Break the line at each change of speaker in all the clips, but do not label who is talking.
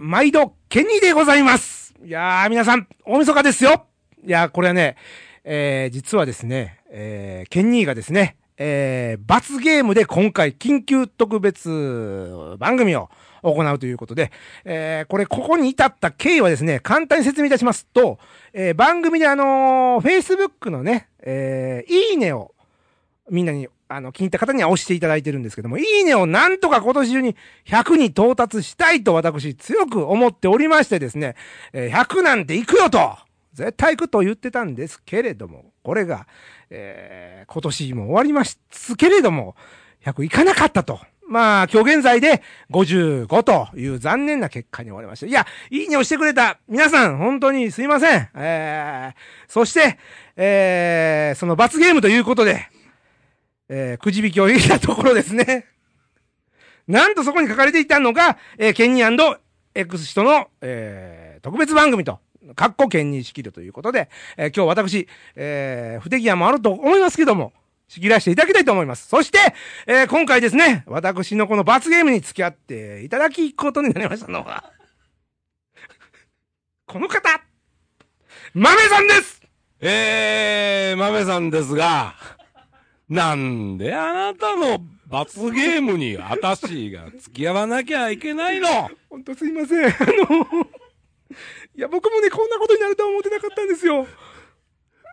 毎度、ケニーでございます。いやー、皆さん、大晦日ですよ。いやー、これはね、えー、実はですね、えー、ケニーがですね、えー、罰ゲームで今回、緊急特別番組を行うということで、えー、これ、ここに至った経緯はですね、簡単に説明いたしますと、えー、番組であのー、Facebook のね、えー、いいねを、みんなに、あの、気に入った方には押していただいてるんですけども、いいねをなんとか今年中に100に到達したいと私強く思っておりましてですね、えー100なんていくよと絶対行くと言ってたんですけれども、これが、えー今年も終わりますけれども、100いかなかったと。まあ、今日現在で55という残念な結果に終わりました。いや、いいねをしてくれた皆さん、本当にすいません。えーそして、えーその罰ゲームということで、えーくじ引きを入れたところですね。 なんとそこに書かれていたのが、えーケニー &X 人の、えー特別番組と、かっこケニー仕切るということで、えー今日私、えー不手際もあると思いますけども、仕切らせていただきたいと思います。そして、えー今回ですね、私のこの罰ゲームに付き合っていただきことになりましたのは、 この方、豆さんです
えー、豆さんですが、なんであなたの罰ゲームに私が付き合わなきゃいけないの
本当すいません。 あの、いや、僕もね、こんなことになるとは思ってなかったんですよ。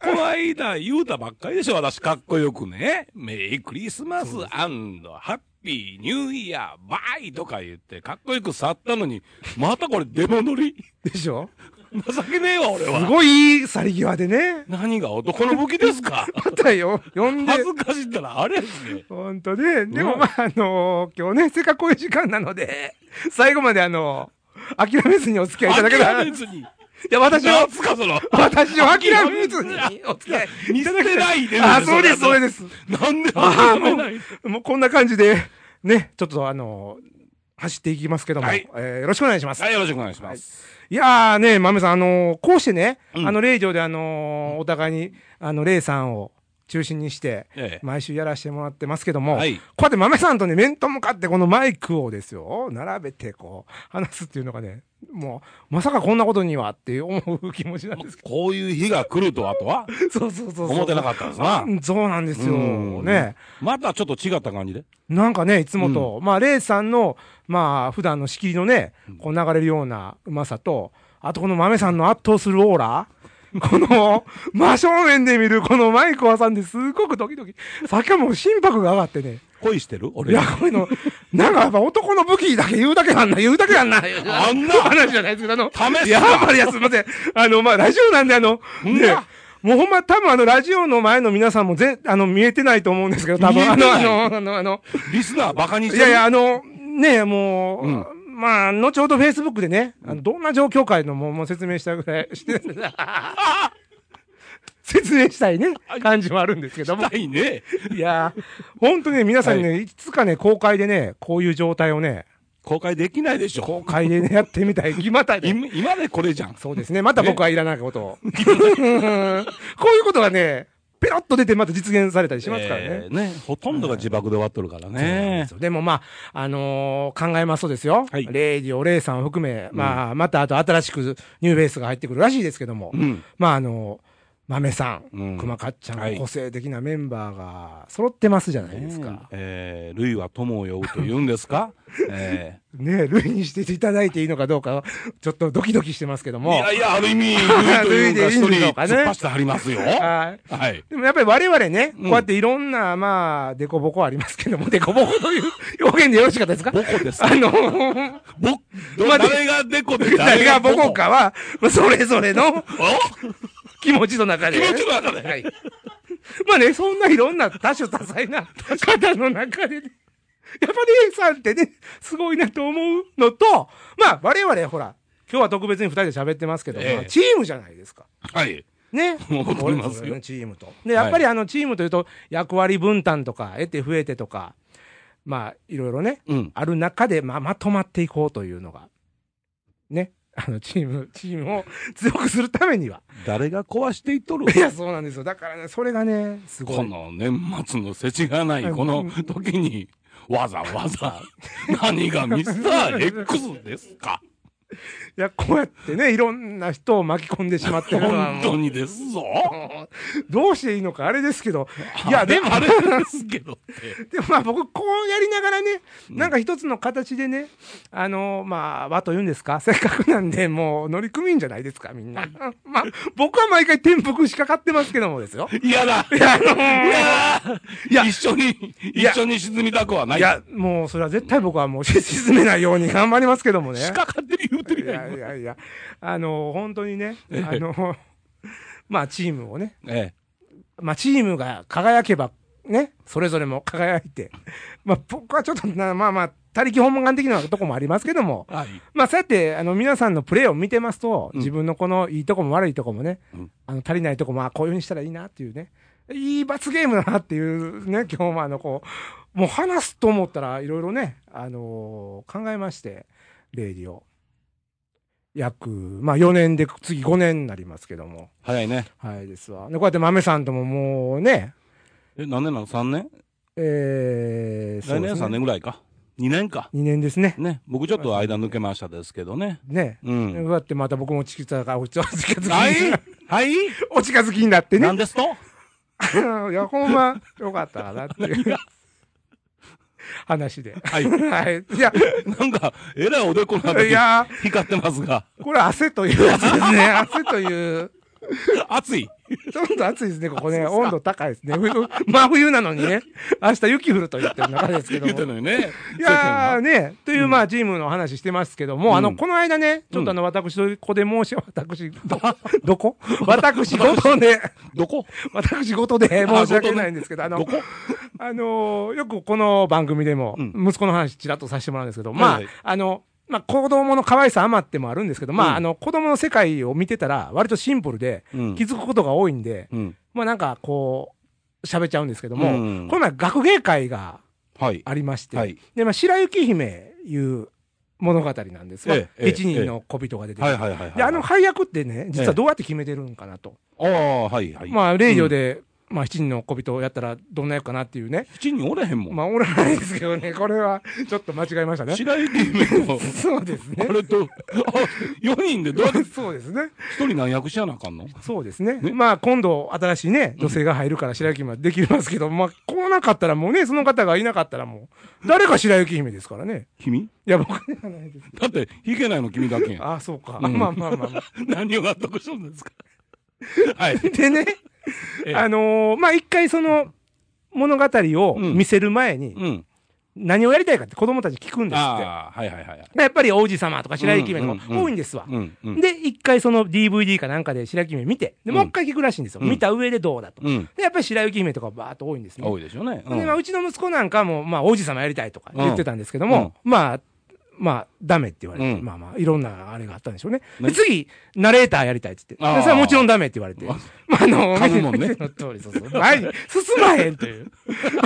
この間言うたばっかりでしょ、私かっこよくね。メリークリスマスハッピーニューイヤーバイとか言ってかっこよく去ったのに、またこれデモ乗り
でしょ
情けねえわ、俺
す
は。
ごいいい去り際でね。
何が男の武器ですか
またよ、呼んで
恥。ずかしいったらあれですね。
本当ね。でもまあ、あの今日ね、せっかくこういう時間なので、最後まであの諦めずにお付き合いいただけたら。
諦め
い
ずに。
や、私
何
を、
すか、その。
私を諦めずにお付き合いい
見
た
捨
だけ
て
たら。
ないでね
あ、そうです、
そ
そ
れ
う
だ
です。
なんで
ああ、
諦めない
もう、もうこんな感じで、ね、ちょっとあの走っていきますけども、
はい
えーよろしくお願いします。
はい、よろしくお願いします。
いやーね、豆さん、あのーこうしてね、
うん
あの、令場であのーお互いに、あの、レイさんを中心にして、
ええ
毎週やらせてもらってますけども、
はい
こうやって豆さんとね、面と向かってこのマイクをですよ、並べてこう、話すっていうのがね、もう、まさかこんなことにはって思う気持ちなんですけ
こういう日が来るとはと は、
ど、 そうそうそうそう。
思ってなかったんですな。
うんそうなんですよ。
うん
ね。。
またちょっと違った感じで。
なんかね、いつもと、まあ、レイさんの、まあ、普段の仕切りのね、こう流れるようなうまさと、あとこの豆さんの圧倒するオーラ、 この、真正面で見るこのマイクを挟んですごくドキドキ。さっきはもう心拍が上がってね。
恋してる俺。
いや、こういうの、なんかやっぱ男の武器だけ言うだけなんだ、言うだけなんだ。
あんな
話じゃないですけど、あの、
試す
いや、やっぱりいやすいません。あの、まあ、ラジオなんで、あの、
ん
ね、もうほんま、多分あの、ラジオの前の皆さんもぜ、あの、見えてないと思うんですけど、多分
見え
あ
てな
の、あ
い
の、あの、あの、
リスナーバカにして
い
る。
やいや、あの、ねえ、もう、まあ、後ほど Facebook でね、あのどんな状況かいうのももう説明したぐ らいして、説明したいね、感じもあるんですけども。
ないね。
いやー、本当にね、皆さんにね、い、つかね、公開でね、こういう状態をね、
公開できないでしょ。公
公。開でね、やってみたい。 今たで。
今今でこれじゃん。
そうですね。また僕はいらないこと を。こういうことがね、ペロッと出てまた実現されたりしますからね。
えーね。ほとんどが自爆で終わっとるからね。
でもまあ、あのー考えますとですよ。
はい
レイディオ、レイさんを含め、まあ、またあと新しくニューベースが入ってくるらしいですけども、
うん。
まああのー豆さん、
うん
熊かっちゃん、
はい
個性的なメンバーが揃ってますじゃないですか。
えー、ルイは友を呼ぶと言うんで すかえ
ねえ、ルイにしていただいていいのかどうかは、ちょっとドキドキしてますけど
ー、い
も。
やいや、ある意味、 ルイというか
ルイでいいんでしょう
一人
かね
突っ走ってはりますよ。は
はい。
い。
でもやっぱり我々ね、
ん
こうやっていろんな、まあ、デコボコありますけども、デコボコという表現でよろしかったですか
ボコです。
あの、
ぼ、
まあ
誰がデコで
誰がボコかは、まあそれぞれの
お
気持ちの中で。
気持ちの中で
はい。まあね、そんないろんな多種多彩な方の中でね、やっぱり A さんってね、すごいなと思うのと、まあ我々ほら、今日は特別に二人で喋ってますけど、
ええ
まあチームじゃないですか。
はい。
ね。
もうわかりま
それ
すよ
ぞれのチームと。で、やっぱりあのチームというと、役割分担とか、得て増えてとか、まあ、いろいろね、
うん。
ある中で、まあ、まとまっていこうというのが、ね。あの、チーム、チームを強くするためには。
誰が壊していっ とる
いや、そうなんですよ。だからね、それがね、すごい。
この年末の世知がないこの時に、わざわざ、何がミスター X ですか
いや、こうやってね、いろんな人を巻き込んでしま ってるのは
本
もう
当にですぞ。
どうしていいのかあれですけど、いや、でも、
あれですけどって。
でもまあ僕、こうやりながらね、なんか一つの形でね、あのまあ、和というんですか、せっかくなんで、もう乗組員じゃないですか、みんな。 まあ、僕は毎回転覆しかかってますけどもですよ。
嫌だ。
いや、あの
いや、一緒に、一緒に沈みたくはない。
いや、もうそれは絶対僕はもう 沈めないように頑張りますけどもね。
仕掛かってる言うて
い
るや
やい
ん。今
やいや、あの本当にね、あ
ええ
のまあ、チームをね、
え
まあ、チームが輝けば、ね、それぞれも輝いて、 まあ、僕はちょっとな、まあまあ、他力本願的なとこもありますけども、
え。はい。
まあ、そうやって、あの、皆さんのプレーを見てますと、自分のこのいいとこも悪いとこもね、
うん
あの、足りないとこも、あこういうふうにしたらいいなっていうね、いい罰ゲームだなっていうね、 今日もあの、こう、もう話すと思ったらいろいろね、あのー考えまして、レイディを。約、まあ4年で、次5年になりますけども。
早いね。
はいですわ。で、こうやって豆さんとももうね、
え、何年なの ?3 年
えー、
来年は3
ね。
年ぐらいか。2年か。
2年ですね。
ね。僕ちょっと間抜けましたですけどね。
ね。
う
こ
ん。
うやってまた僕もチキからお近づきに
はいはい
お近づきになってね
何。ですと
いや、ほんま、よかったかなっていう話で。
はい。
はい。いや、
なんか、えらいおでこなん
い
で
や、
光ってますが、
これ汗というやつですね。汗という。
暑い。
ちょっと暑いですね、ここね。温度高いですね。冬真冬なのにね。明日雪降ると言ってる中ですけど
言う
も
て。んのにね。
いやーね、というう、
ん
まあ、チームの話してますけども、あ
う
の、
ん
この間ね、ちょっとあの、私、どこで申し、私、 ど、どこ私、ごとで、
どこ
私、ごとで申し訳ないんですけど、あ
ど
の、
こ
あのーよくこの番組でも、
うん
息子の話、ちらっとさせてもらうんですけど、
は
ま
いはい
あ、あの、まあ、子供の可愛さ余ってもあるんですけど、ま
うん
あ、あの、子供の世界を見てたら、割とシンプルで、
うん
気づくことが多いんで、
うん。
まあ、なんか、こう、喋っちゃうんですけど
うん
も、この前、学芸会が
はい。
ありまして、
はい。
で、まあ、白雪姫いう物語なんですが、
ええええ
一人の小人が出てきて、
はいはいはいはい。
で、あの
あ
配役ってね、実
ええ
はどうやって決めてるんかなと。
あ、はいはい。
まあ、令嬢で、まあ、七人の小人をやったらどんな役かなっていうね。
口におれへんもん。
まあ、おらないですけどね、これはちょっと間違えましたね。
白雪姫 と、
そうです
あ
ね。
れと、あ、4人でどうやって
そうですね。
一人何役しやなあかんの
そうですね。まあ、今度、新しいね、女性が入るから白雪姫はできますけど、まあ、こうなかったらもうね、その方がいなかったらもう、誰が白雪姫ですからね。
君
いや、僕じゃないです。
だって、弾けないの君だけやん。
ああ、そうか。
うん
まあまあまあまあ。
何を納得しとるんですかはい。
でね、
ええ
あのーまあ、一回その物語を
うん
見せる前に、
うん。
何をやりたいかって子供たち聞くんですって。
ああ、はいはいはい。
やっぱり王子様とか白雪姫
う
と
ん
か
うんうん
多いんですわ。
うん。うん。
で、一回その DVD かなんかで白雪姫見て、で、
うん
もう一回聞くらしいんですよ。
うん
見た上でどうだと。
うん。
で、やっぱり白雪姫とかバーっと多いんですね。
多いでしょうね。
で、まあ、うちの息子なんかも、まあ、王子様やりたいとか言ってたんですけども、まあ、まあ、ダメって言われて、
うん
まあまあ、いろんなあれがあったんでしょうね。
ね
で、次、ナレーターやりたいって言って。
あー
で、それはもちろんダメって言われて。
あ
まあ、あの、
噛むもんね
見ての通り、 そうそう。前に進まへんという。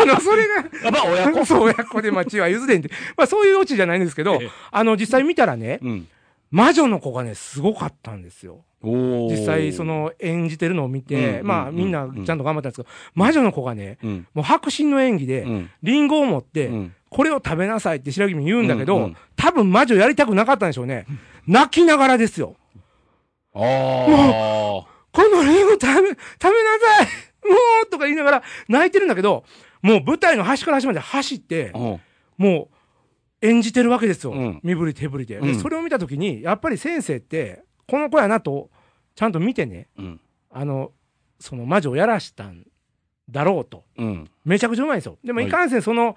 あの、それが、
やっぱ親 子。
そう、親子で街は譲れんって。まあ、そういうオチじゃないんですけど
ええ、
あの、実際見たらね、
うん。
魔女の子がね、すごかったんですよ。
おー
実際、そ、の、演じてるのを見
うん
て、
うん
まあ、みんなちゃんと頑張ったんですけど、魔女の子がね、
うん。
もう白真の演技で、
うん。
リンゴを持って、
うん
これを食べなさいって白君言うんだけど、
うんうん
多分魔女やりたくなかったんでしょうね。泣きながらですよ。
ああ。
このリンゴ食べ、食べなさいもうとか言いながら泣いてるんだけど、もう舞台の端から端まで走って、
うん。
もう演じてるわけですよ。
うん
身振り手振りで,で、
うん
それを見たときに、やっぱり先生って、この子やなと、ちゃんと見てね、
うん。
あの、その魔女をやらしたんだろうと。
うん。
めちゃくちゃうまいんですよ。でも
はい
いかんせんその、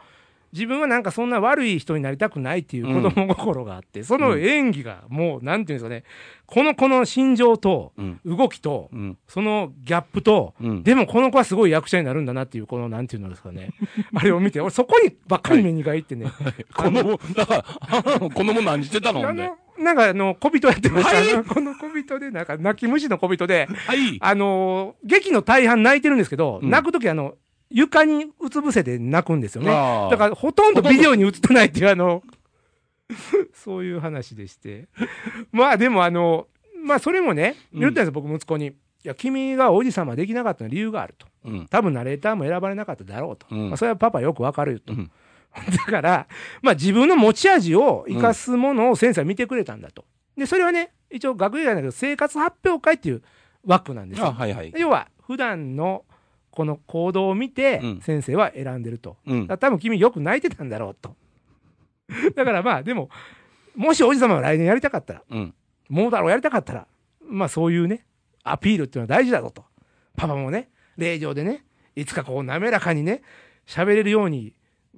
自分はなんかそんな悪い人になりたくないっていう子供心があって、その演技がもう、なんていうんですかね、この子の心情と
うん。
動きと、
うん。
そのギャップと、
うん。
でもこの子はすごい役者になるんだなっていう、この、なんていうんですかね、あれを見て、俺そこにばっかり目にがいって ね、
子供、だから、あ の子供何してたのほ
あ
んで。
の、なんかあの、小人やってました、
はい
あのこの小人で、なんか泣き虫の小人で、
はい。
あのー劇の大半泣いてるんですけど、
うん
泣くときあの、床にうつ伏せて泣くんですよね。
あー
だからほとんどビデオに映ってないっていうあ の、そういう話でして。まあでもあの、まあそれもね、
うん
言ったんですよ、僕息子に。いや、君が王子様できなかったのは理由があると。
うん。
多分ナレーターも選ばれなかっただろうと。
うん
まあそれはパパよくわかるよと。
うん
だから、まあ自分の持ち味を生かすものを先生は見てくれたんだと。で、それはね、一応学芸会だけど、生活発表会っていう枠なんですよ。
あ、はいはい。
要は、普段のこの行動を見て
うん、
先生は選んでると。
うん。
だから多分君よく泣いてたんだろうと。 だからまあ、でも、もし王子様が来年やりたかったら、
うん。
桃太郎やりたかったら、まあそういうね、アピールっていうのは大事だぞと。パパもね、令状でね、いつかこう滑らかにね、喋れるように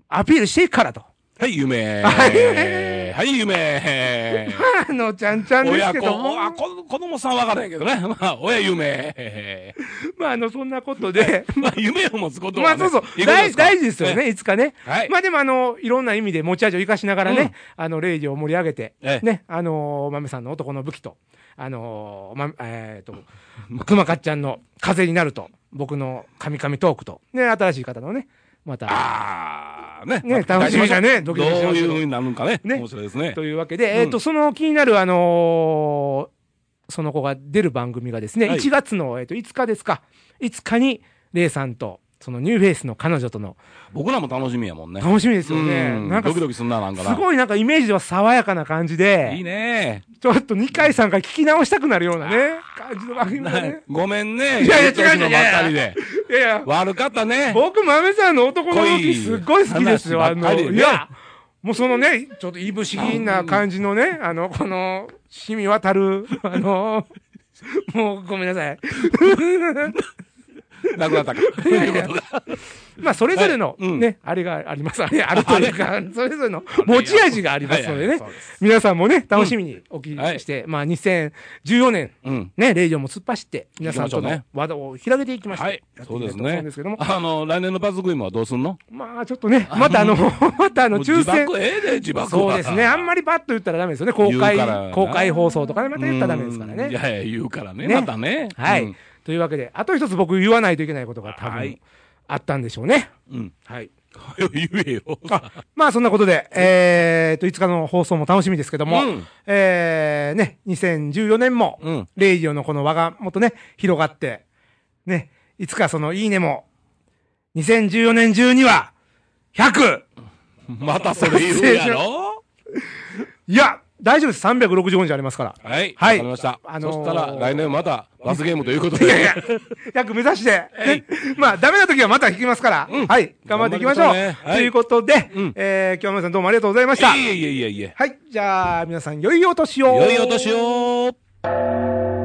アピールしていくからと。
はい、夢。
はい夢
は い、夢。
あのちゃんちゃんです
親
け
子、
ども、
あ、こ子供さんわからないけどね。 まあ、親夢。
まああの、そんなことで、
まあ、夢を持つこと
ま
は、
あ
ね。
そうそう
い、いこと
大大事ですよ
ね。
ね、いつかね。
はい。
まあでもあの、いろんな意味で持ち味を生かしながらね、あの、レイジを盛り上げて、
ええ
ね、あのー、豆さんの男の武器と、あのー、ま、えっ、と、くまかっちゃんの風になると、僕のカミカミトークと、ね、新しい方のね、また、
ああ、ね。
ね
まあ
楽しみだね
ど
ド
う
キドキしますけ
いう
ど
ふうになるのかね。
ね
面白いですね。
というわけで、えっ、と、その気になるあのーその子が出る番組がですね、
はい
1月の、えっ、と、5日ですか、5日に、レイさんと、そのニューフェイスの彼女との、
僕らも楽しみやもんね。
楽しみですよ
う
ね。
ん
なんか
ドキ、ドキすんな、なんかな。
すごいなんかイメージでは爽やかな感じで、
いいね。
ちょっと2回3回聞き直したくなるようなね、感じの番組だね。
ごめんね。
いやいや
言ってほしの
違う違う
ばっかりで。
いやいや、
悪かったね。
僕、豆さんの男の動きすっごい好きですよ。
濃い
あ
話ば
の、
っかりでね
いや、もうそのね、ちょっといぶし銀な感じのね、あの、この、染み渡る、あの、もうごめんなさい。
なくなったか。ということだ。
まあ、それぞれの
はいうん
ね、あれがあります。あれ、あるというか、それぞれの持ち味がありますので
はい
ね
はいそうです、
皆さんもね、楽しみにお聞きして、まあ、2014年、
うん。
ね、令状も突っ走って、皆さん
行
と
きましょ
の
うね
輪を広げていきまし
はい
て、や。って
そ
いうきたいと
です
思う
ね
んですけども。。
あの、来年のバズグイムはどうすんの
まあちょっとね、またあ の、またあの、
もう自
抽選。
爆ええで、自爆
そうですね。あんま
り
りパッと言ったらダメですよね。公
言うから
開、公開放送とかね、また言ったらダメですから
い
ね。
やいや、言うからね。
ね
またね。
はい、
うん
というわけで、あと一つ僕言わないといけないことが多
はい
分、あったんでしょうね。
うん。
はい。
言えよ。
あ、まあそんなことで、えーっと、5日の放送も楽しみですけども、
うん
えーね、2014年も、
うん。
レイディオのこの輪がもっとね、広がって、ね、いつかそのいいねも、2014年中には、100!
またそれ言うやろ
いや、大丈夫です。365日あります から。
はい。
は
わ
い
かりました。
あのー
そしたら、来年また、罰ゲームということ
いやい
で
や。、100目指して、ね、まあ、ダメな時はまた引きますから、はい、頑張っていきましょう。
頑張りましょうねはい
ということで、
うん
えー、今日は皆さんどうもありがとうございました。
いえいえいえいえいえ。
はい、じゃあ、皆さん、良いお年を。
良いお年。を